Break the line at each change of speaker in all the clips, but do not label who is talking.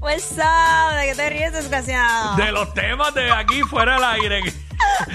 What's up? ¿De qué Pues te ríes, desgraciado?
De los temas de aquí fuera del aire. que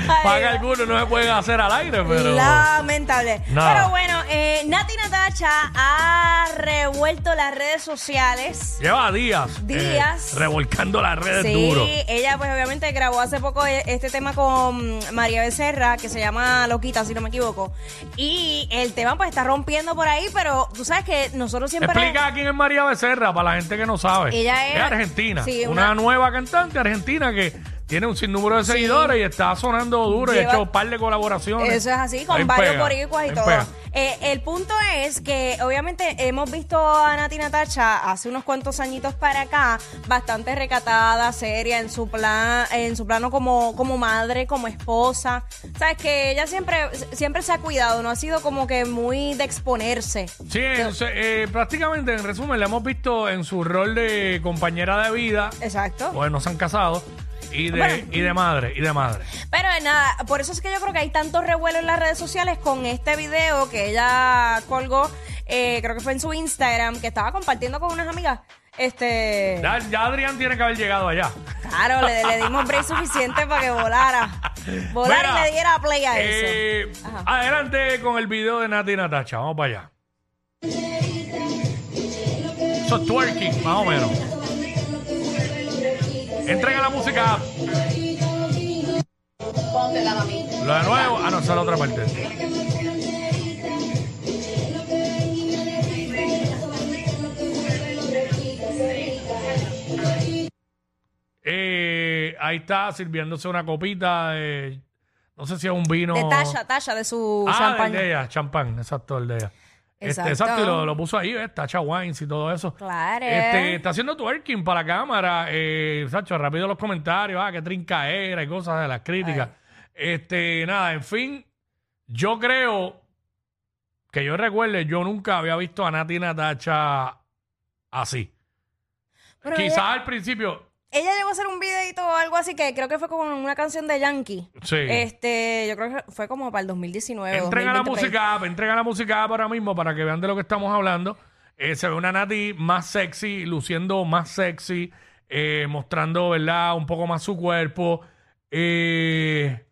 Ay,
Para que algunos no se pueden hacer al aire, pero.
Lamentable.
Nada.
Pero bueno, eh, Nati Natacha ha revuelto las redes sociales.
Lleva días. eh,
Días.
revolcando las redes
Sí,
duro.
ella pues obviamente grabó hace poco e- este tema con María Becerra, que se llama Loquita, si no me equivoco. Y el tema pues está rompiendo por ahí, pero tú sabes que nosotros siempre...
Explica quién es María Becerra para la gente que no sabe.
Ella es-
argentina.
sí,
una,
una-
nueva cantante argentina que tiene un sinnúmero de seguidores y está sonando duro y
Lleva-
ha hecho un par de colaboraciones.
Eso es así,
Ahí
con varios
pega,
boricuas y
ahí
todo.
pega.
Eh, el punto es que obviamente hemos visto a Nati Natacha hace unos cuantos añitos para acá, bastante recatada, seria en su plan, en su plano como, como madre, como esposa. Sabes que ella siempre, siempre se ha cuidado, no ha sido como que muy de exponerse.
Sí, en- eh, prácticamente en resumen la hemos visto en su rol de compañera de vida,
Exacto.
bueno, no se han casado, y de,
Bueno.
y de madre, y de madre.
Pero eh, nada, por eso es que yo creo que hay tanto revuelo en las redes sociales con este video que ella colgó, eh, creo que fue en su Instagram, que estaba compartiendo con unas amigas. Este,
Ya, ya Adrián tiene que haber llegado allá.
claro, le, le dimos break suficiente para que volara. Volara
Mira,
y le diera play a eso.
eh,
Ajá.
adelante con el video de Nati y Natacha, vamos para allá. Eso es twerking, más o menos. Entrega la música. Lo de nuevo, ah, no, esa es la otra parte. Eh, ahí está sirviéndose una copita. eh, no sé si es un vino.
De Tasha, Tasha, de su
Ah,
champaña.
el de ella, champán, exacto, el de ella. Este,
Exacto.
Exacto, y lo, lo puso ahí, ¿ves? Tacha Wines y todo eso.
Claro.
Este, está haciendo twerking para la cámara, eh, Sacho, rápido los comentarios, ah, que trinca era y cosas de las críticas. Este, nada, en fin, yo creo que yo recuerde, yo nunca había visto a Nati Natacha así.
Pero
Quizás
ella,
al principio,
ella llegó a hacer un videito o algo así que creo que fue con una canción de Yankee.
sí.
Este, yo creo que fue como para el 2019.
Entrega la
2020 por ahí.
música app, entrega la música app ahora mismo para que vean de lo que estamos hablando. Eh, se ve una Nati más sexy, luciendo más sexy, eh, mostrando, ¿verdad? Un poco más su cuerpo. Eh,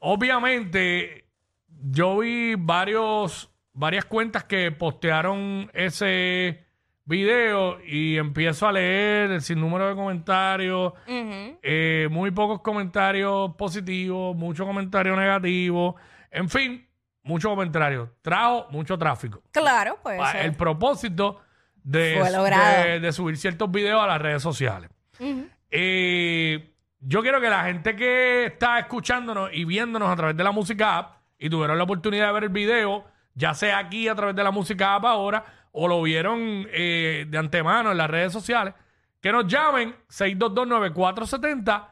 obviamente, yo vi varios, varias cuentas que postearon ese video y empiezo a leer el sinnúmero de comentarios.
Ujú.
Eh, muy pocos comentarios positivos, muchos comentarios negativos. En fin, muchos comentarios. Trajo mucho tráfico.
Claro, pues.
Pa- El propósito de,
Fue logrado.
de- de subir ciertos videos a las redes sociales.
Ujú.
Eh, yo quiero que la gente que está escuchándonos y viéndonos a través de la música app y tuvieron la oportunidad de ver el video, ya sea aquí a través de la música app ahora o lo vieron eh, de antemano en las redes sociales, que nos llamen 6229470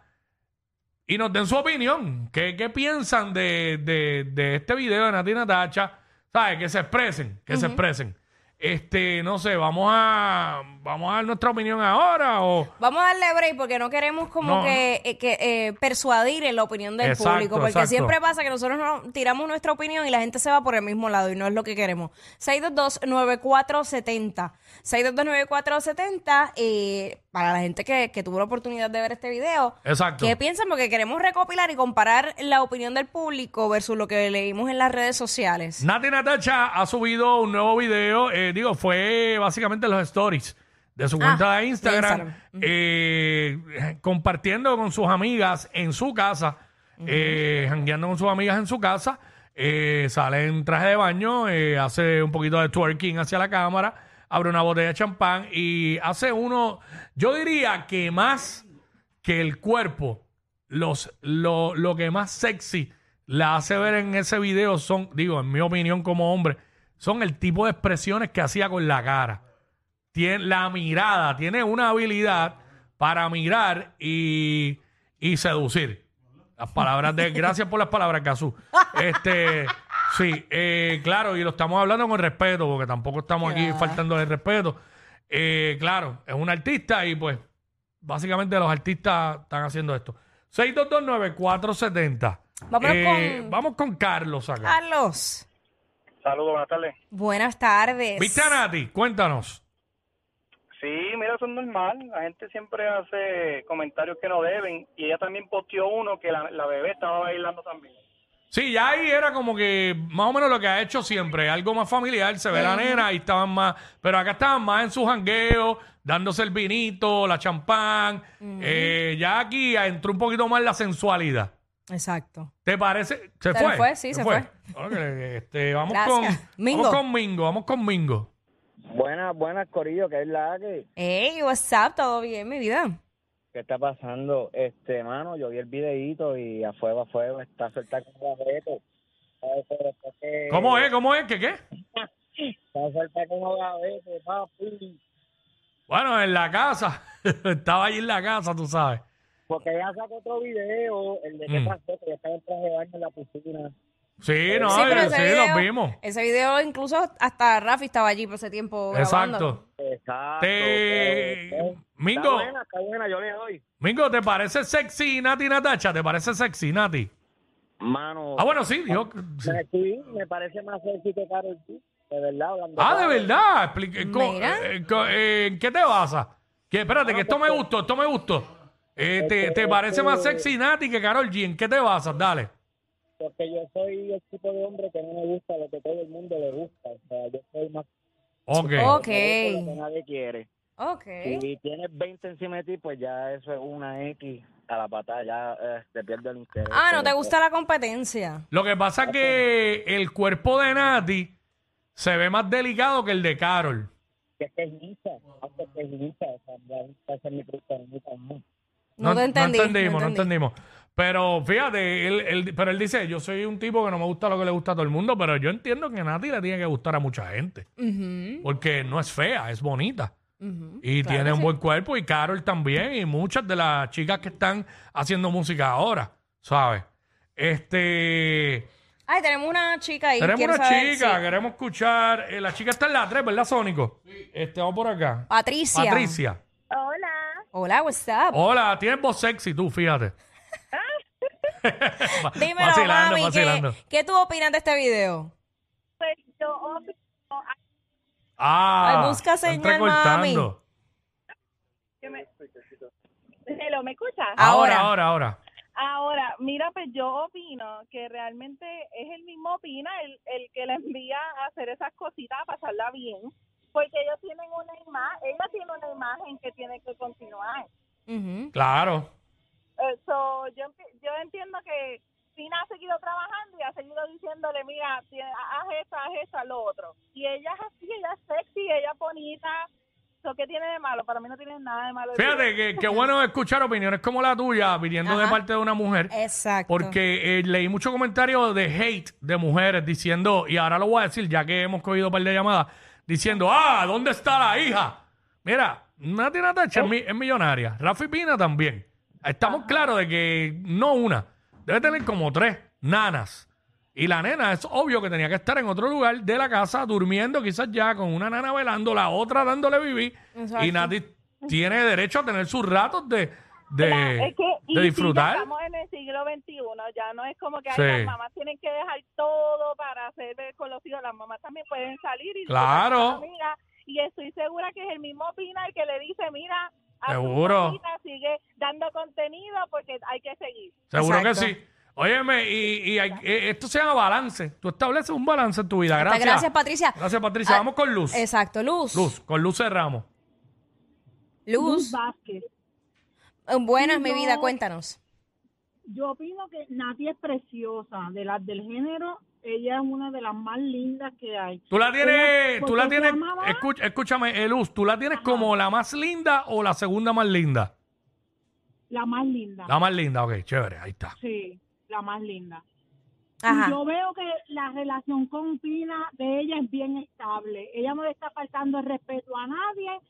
y nos den su opinión. ¿Qué, qué piensan de, de- de este video de Natina Tacha? ¿Sabes? Que se expresen, que se expresen. Este, no sé, vamos a vamos a dar nuestra opinión ahora o
Vamos a darle break porque no queremos como
No,
que, eh, que, eh, persuadir en la opinión del
Exacto,
público, porque
exacto.
siempre pasa que nosotros no- tiramos nuestra opinión y la gente se va por el mismo lado y no es lo que queremos. 622-9470. 622-9470 eh, para la gente que, que tuvo la oportunidad de ver este video.
Exacto.
¿Qué piensan? Porque queremos recopilar y comparar la opinión del público versus lo que leímos en las redes sociales.
Nati Natacha ha subido un nuevo video, eh, digo, fue básicamente los stories de su cuenta de Instagram,
Instagram.
eh, compartiendo con sus amigas en su casa, eh, jangueando con sus amigas en su casa, eh, sale en traje de baño, eh, hace un poquito de twerking hacia la cámara, abre una botella de champán y hace uno, yo diría que más que el cuerpo, los, lo, lo que más sexy la hace ver en ese video son, digo, en mi opinión como hombre, son el tipo de expresiones que hacía con la cara. Tiene, la mirada, tiene una habilidad para mirar y, y seducir. Las palabras de... Gracias por las palabras, Cazú. Este... Sí, eh, claro, y lo estamos hablando con respeto, porque tampoco estamos aquí
Claro.
faltando de respeto. Eh, claro, es un artista y pues básicamente los artistas están haciendo esto. 6229470.
Vámonos
Eh,
con-
Vamos con Carlos acá.
Carlos,
Saludos, buenas tardes.
buenas tardes.
¿Viste a Nati? Cuéntanos.
Sí, mira, eso es normal. La gente siempre hace comentarios que no deben. Y ella también posteó uno que la, la bebé estaba bailando también.
Sí, ya ahí era como que más o menos lo que ha hecho siempre, algo más familiar, se ve la nena y estaban más, pero acá estaban más en su jangueo, dándose el vinito, la champán, eh, ya aquí entró un poquito más la sensualidad.
Exacto.
¿Te parece? Se,
Se
fue.
fue, sí, se
Ok, este, vamos, con,
Gracias. Mingo.
vamos con Mingo, vamos con Mingo.
Buenas, buenas, Corillo, que es la que,
Hey, what's up? ¿Todo bien, mi vida?
¿qué está pasando? Este, mano, yo vi el videíto y a fuego, a fuego, está suelta como gaveto. Está suelta que-
¿Cómo
Eh.
es? ¿Cómo es? ¿Qué qué?
Está suelta como gaveto, papi.
Bueno, en la casa, estaba allí en la casa, tú sabes.
Porque ella sacó otro video, el de qué
Mm.
pasó, que yo estaba en traje de baño en la piscina.
Sí, no,
Sí, pero
eh,
ese
sí,
video-
los vimos.
Ese video incluso hasta Rafi estaba allí por ese tiempo grabando.
Exacto.
Exacto.
Te-
pero, eh, Está
Mingo,
buena, está buena, yo le doy.
Mingo, ¿te parece sexy Nati Natacha? ¿Te parece sexy Nati?
Mano,
Ah, bueno, sí, dijo. sí.
me, sí, me parece más sexy que Karol G, de verdad. hablando
Ah, de
claro.
verdad. Explique- co-
Mira.
eh, co- eh, ¿En qué te basas? Que espérate, que esto me gustó, esto me gustó. Eh, te, te parece más sexy Nati que Carol G? ¿En qué te basas? Dale.
Porque yo soy el tipo de hombre que no me gusta lo que todo el mundo le gusta. O sea, yo soy más
Ok.
Ok, ¿Eh?
feliz con lo que nadie quiere.
ok.
Si tienes 20 encima de ti, pues ya eso es una X a la patada, ya eh, te pierdo el interés.
Ah, ¿no te
Pero-
gusta la competencia?
Lo que pasa es que el cuerpo de Nati se ve más delicado que el de Carol.
Que es lisa, aunque que es lisa, o sea, ya esa es mi preferencia, ¿no?
No, te entendí.
entendimos, no
entendí.
entendimos. Pero fíjate, él, él- pero él dice, yo soy un tipo que no me gusta lo que le gusta a todo el mundo, pero yo entiendo que a Nati le tiene que gustar a mucha gente, porque no es fea, es bonita.
Ujú, ujú.
Y tiene un buen cuerpo y Carol también y muchas de las chicas que están haciendo música ahora, ¿sabes? Este,
Ay, tenemos una chica ahí.
tenemos
quiero
una
saber-
chica,
sí.
queremos escuchar, eh, la chica está en la 3, ¿verdad, Sónico? Este, vamos por acá.
Patricia.
Patricia. Oh,
Hola, what's up?
Hola, tienes voz sexy tú, fíjate. Va-
Dímelo, mami, ¿qué- ¿qué, tú opinas de este video?
Pues yo opino a
Ah,
Ay, busca
está
señal,
entrecortando.
mami.
que me... Hello, ¿me escuchas?
Ahora,
Ahora.
ahora, ahora.
Ahora, mira, pues yo opino que realmente es el mismo opina el, el que la envía a hacer esas cositas, a pasarla bien, porque ellos tienen una imagen, ella tiene una imagen que tiene que continuar.
Ujú.
Claro.
Eh, so, yo, empi- yo entiendo que Tina ha seguido trabajando y ha seguido diciéndole, mira, ti- haz esto, haz esto, haz lo otro. Y ella es así, ella es sexy, ella es bonita. So, ¿Qué tiene de malo? Para mí no tiene nada de malo.
Fíjate que, que bueno escuchar opiniones como la tuya viniendo de
Ajá.
parte de una mujer.
Exacto.
Porque eh, leí muchos comentarios de hate de mujeres diciendo, y ahora lo voy a decir ya que hemos cogido un par de llamadas, diciendo, ah, ¿dónde está la hija? Mira, Nati Natacha
Oh.
es, mi- es millonaria, Rafi Pina también. Estamos claros de que no una, debe tener como tres nanas. Y la nena es obvio que tenía que estar en otro lugar de la casa durmiendo quizás ya con una nana velando, la otra dándole vivir. Y
Exacto.
Nati tiene derecho a tener sus ratos de, de,
Claro, es que- y
de
sí,
disfrutar.
ya estamos en el siglo XXI, ya no es como que ay,
Sí.
las mamás tienen que dejar todo para hacer ver con los hijos, las mamás también pueden salir y
Claro.
disfrutar con sus amigas. y estoy segura que es el mismo opina el que le dice, mira, a tu
Seguro.
mamita sigue dando contenido porque hay que seguir.
Seguro
Exacto.
que sí. Óyeme, y, y hay- eh, esto se llama balance. Tú estableces un balance en tu vida. Gracias.
Gracias, Patricia.
Gracias, Patricia.
Ah,
Vamos con Luz.
Exacto, Luz.
Luz, con Luz cerramos.
Luz.
Vázquez.
eh, Buenas, mi
No.
vida, cuéntanos.
Yo opino que Nati es preciosa. De las del género, ella es una de las más lindas que hay.
Tú la tienes,
Ella-
tú la
porque
tienes,
se llamaba-
escu- escúchame, eh, Luz, tú la tienes como la más linda o la segunda más linda.
La más linda.
La más linda, ok, chévere, ahí está.
Sí, la más linda.
Ajá.
Y Yo veo que la relación con Pina de ella es bien estable. Ella no le está faltando el respeto a nadie.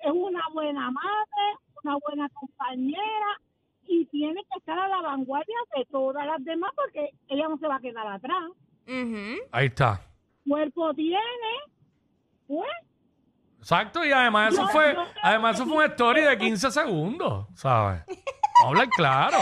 Es una buena madre, una buena compañera y tiene que estar a la vanguardia de todas las demás porque ella no se va a quedar atrás.
Ujú.
Ahí está.
Cuerpo tiene, pues
Exacto, y además eso
Yo-
fue,
yo-
además eso fue una story de 15 segundos, ¿sabes? Vamos a hablar claro.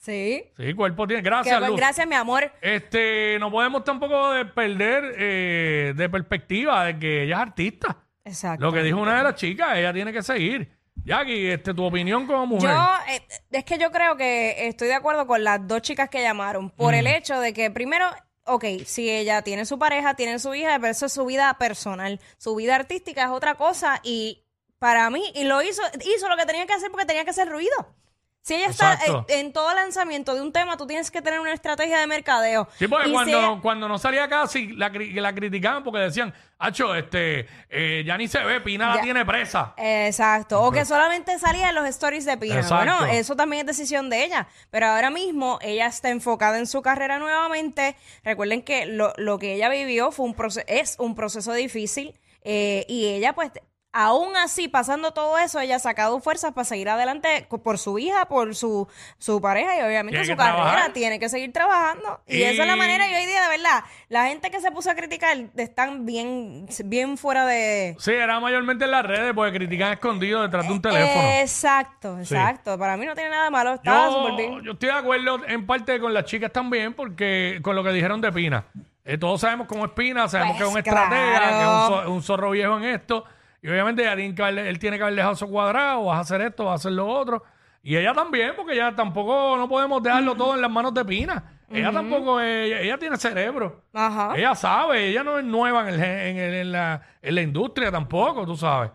Sí.
Sí, cuerpo tiene.
Qué
Gracias,
buen-
Luz.
gracias, mi amor.
Este, no podemos tampoco de perder eh, de perspectiva de que ella es artista.
Exacto.
Lo que dijo una de las chicas, ella tiene que seguir. Jackie, este, tu opinión como mujer.
Yo, eh, es que yo creo que estoy de acuerdo con las dos chicas que llamaron, por
Mm.
el hecho de que primero, ok, si ella tiene su pareja, tiene su hija, pero eso es su vida personal, su vida artística es otra cosa y para mí, y lo hizo, hizo lo que tenía que hacer porque tenía que hacer ruido. Si ella
Exacto.
está eh, en todo lanzamiento de un tema, tú tienes que tener una estrategia de mercadeo.
Sí, porque
Y si
cuando,
ella-
cuando no salía casi, la, cri- la criticaban porque decían, Hacho, este, eh, ya ni se ve, Pina la
Ya.
tiene presa.
Exacto, o que solamente salía en los stories de Pina.
Exacto.
Bueno, eso también es decisión de ella, pero ahora mismo ella está enfocada en su carrera nuevamente. Recuerden que lo, lo que ella vivió fue un proceso, es un proceso difícil eh, y ella pues aún así pasando todo eso, ella ha sacado fuerzas para seguir adelante co- por su hija, por su, su pareja y obviamente
Tiene
su
que
carrera
trabajar.
tiene que seguir trabajando. Y, esa es la
Y-
manera y hoy día de verdad, la gente que se puso a criticar están bien, bien fuera de...
Sí, era mayormente en las redes porque critican escondido detrás
Eh,
de un teléfono.
Exacto, exacto. Para mí no tiene nada de malo. Estaba súper
Yo,
bien.
yo estoy de acuerdo en parte con las chicas también, porque con lo que dijeron de Pina. Eh, todos sabemos cómo es Pina, sabemos
Pues,
que es un estratega,
claro.
que es un, zo- un zorro viejo en esto. Y obviamente ella tiene que haberle- él tiene que haber dejado su cuadrado, vas a hacer esto, vas a hacer lo otro. Y ella también, porque ya tampoco no podemos dejarlo todo en las manos de Pina. Ella tampoco, eh, ella, ella tiene cerebro.
Ajá.
Ella sabe, ella no es nueva en, el gen- en el- en la, en la industria tampoco, tú sabes.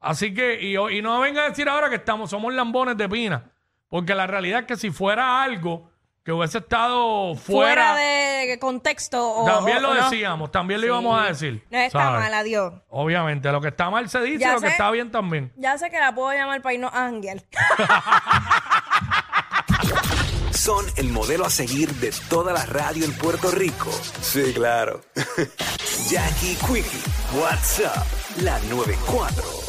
Así que, y, y no venga a decir ahora que estamos, somos lambones de pina. Porque la realidad es que si fuera algo que hubiese estado fuera,
Fuera de contexto. o-
también
o-
lo
o no.
decíamos, también lo íbamos a decir.
No está
¿sabes?
mal, adiós.
Obviamente, lo que está mal se dice,
Ya
lo que
sé.
está bien también.
Ya sé que la puedo llamar para irnos a janguear.
Son el modelo a seguir de toda la radio en Puerto Rico. Sí, claro. Jackie Quickie, WhatsApp, la 94.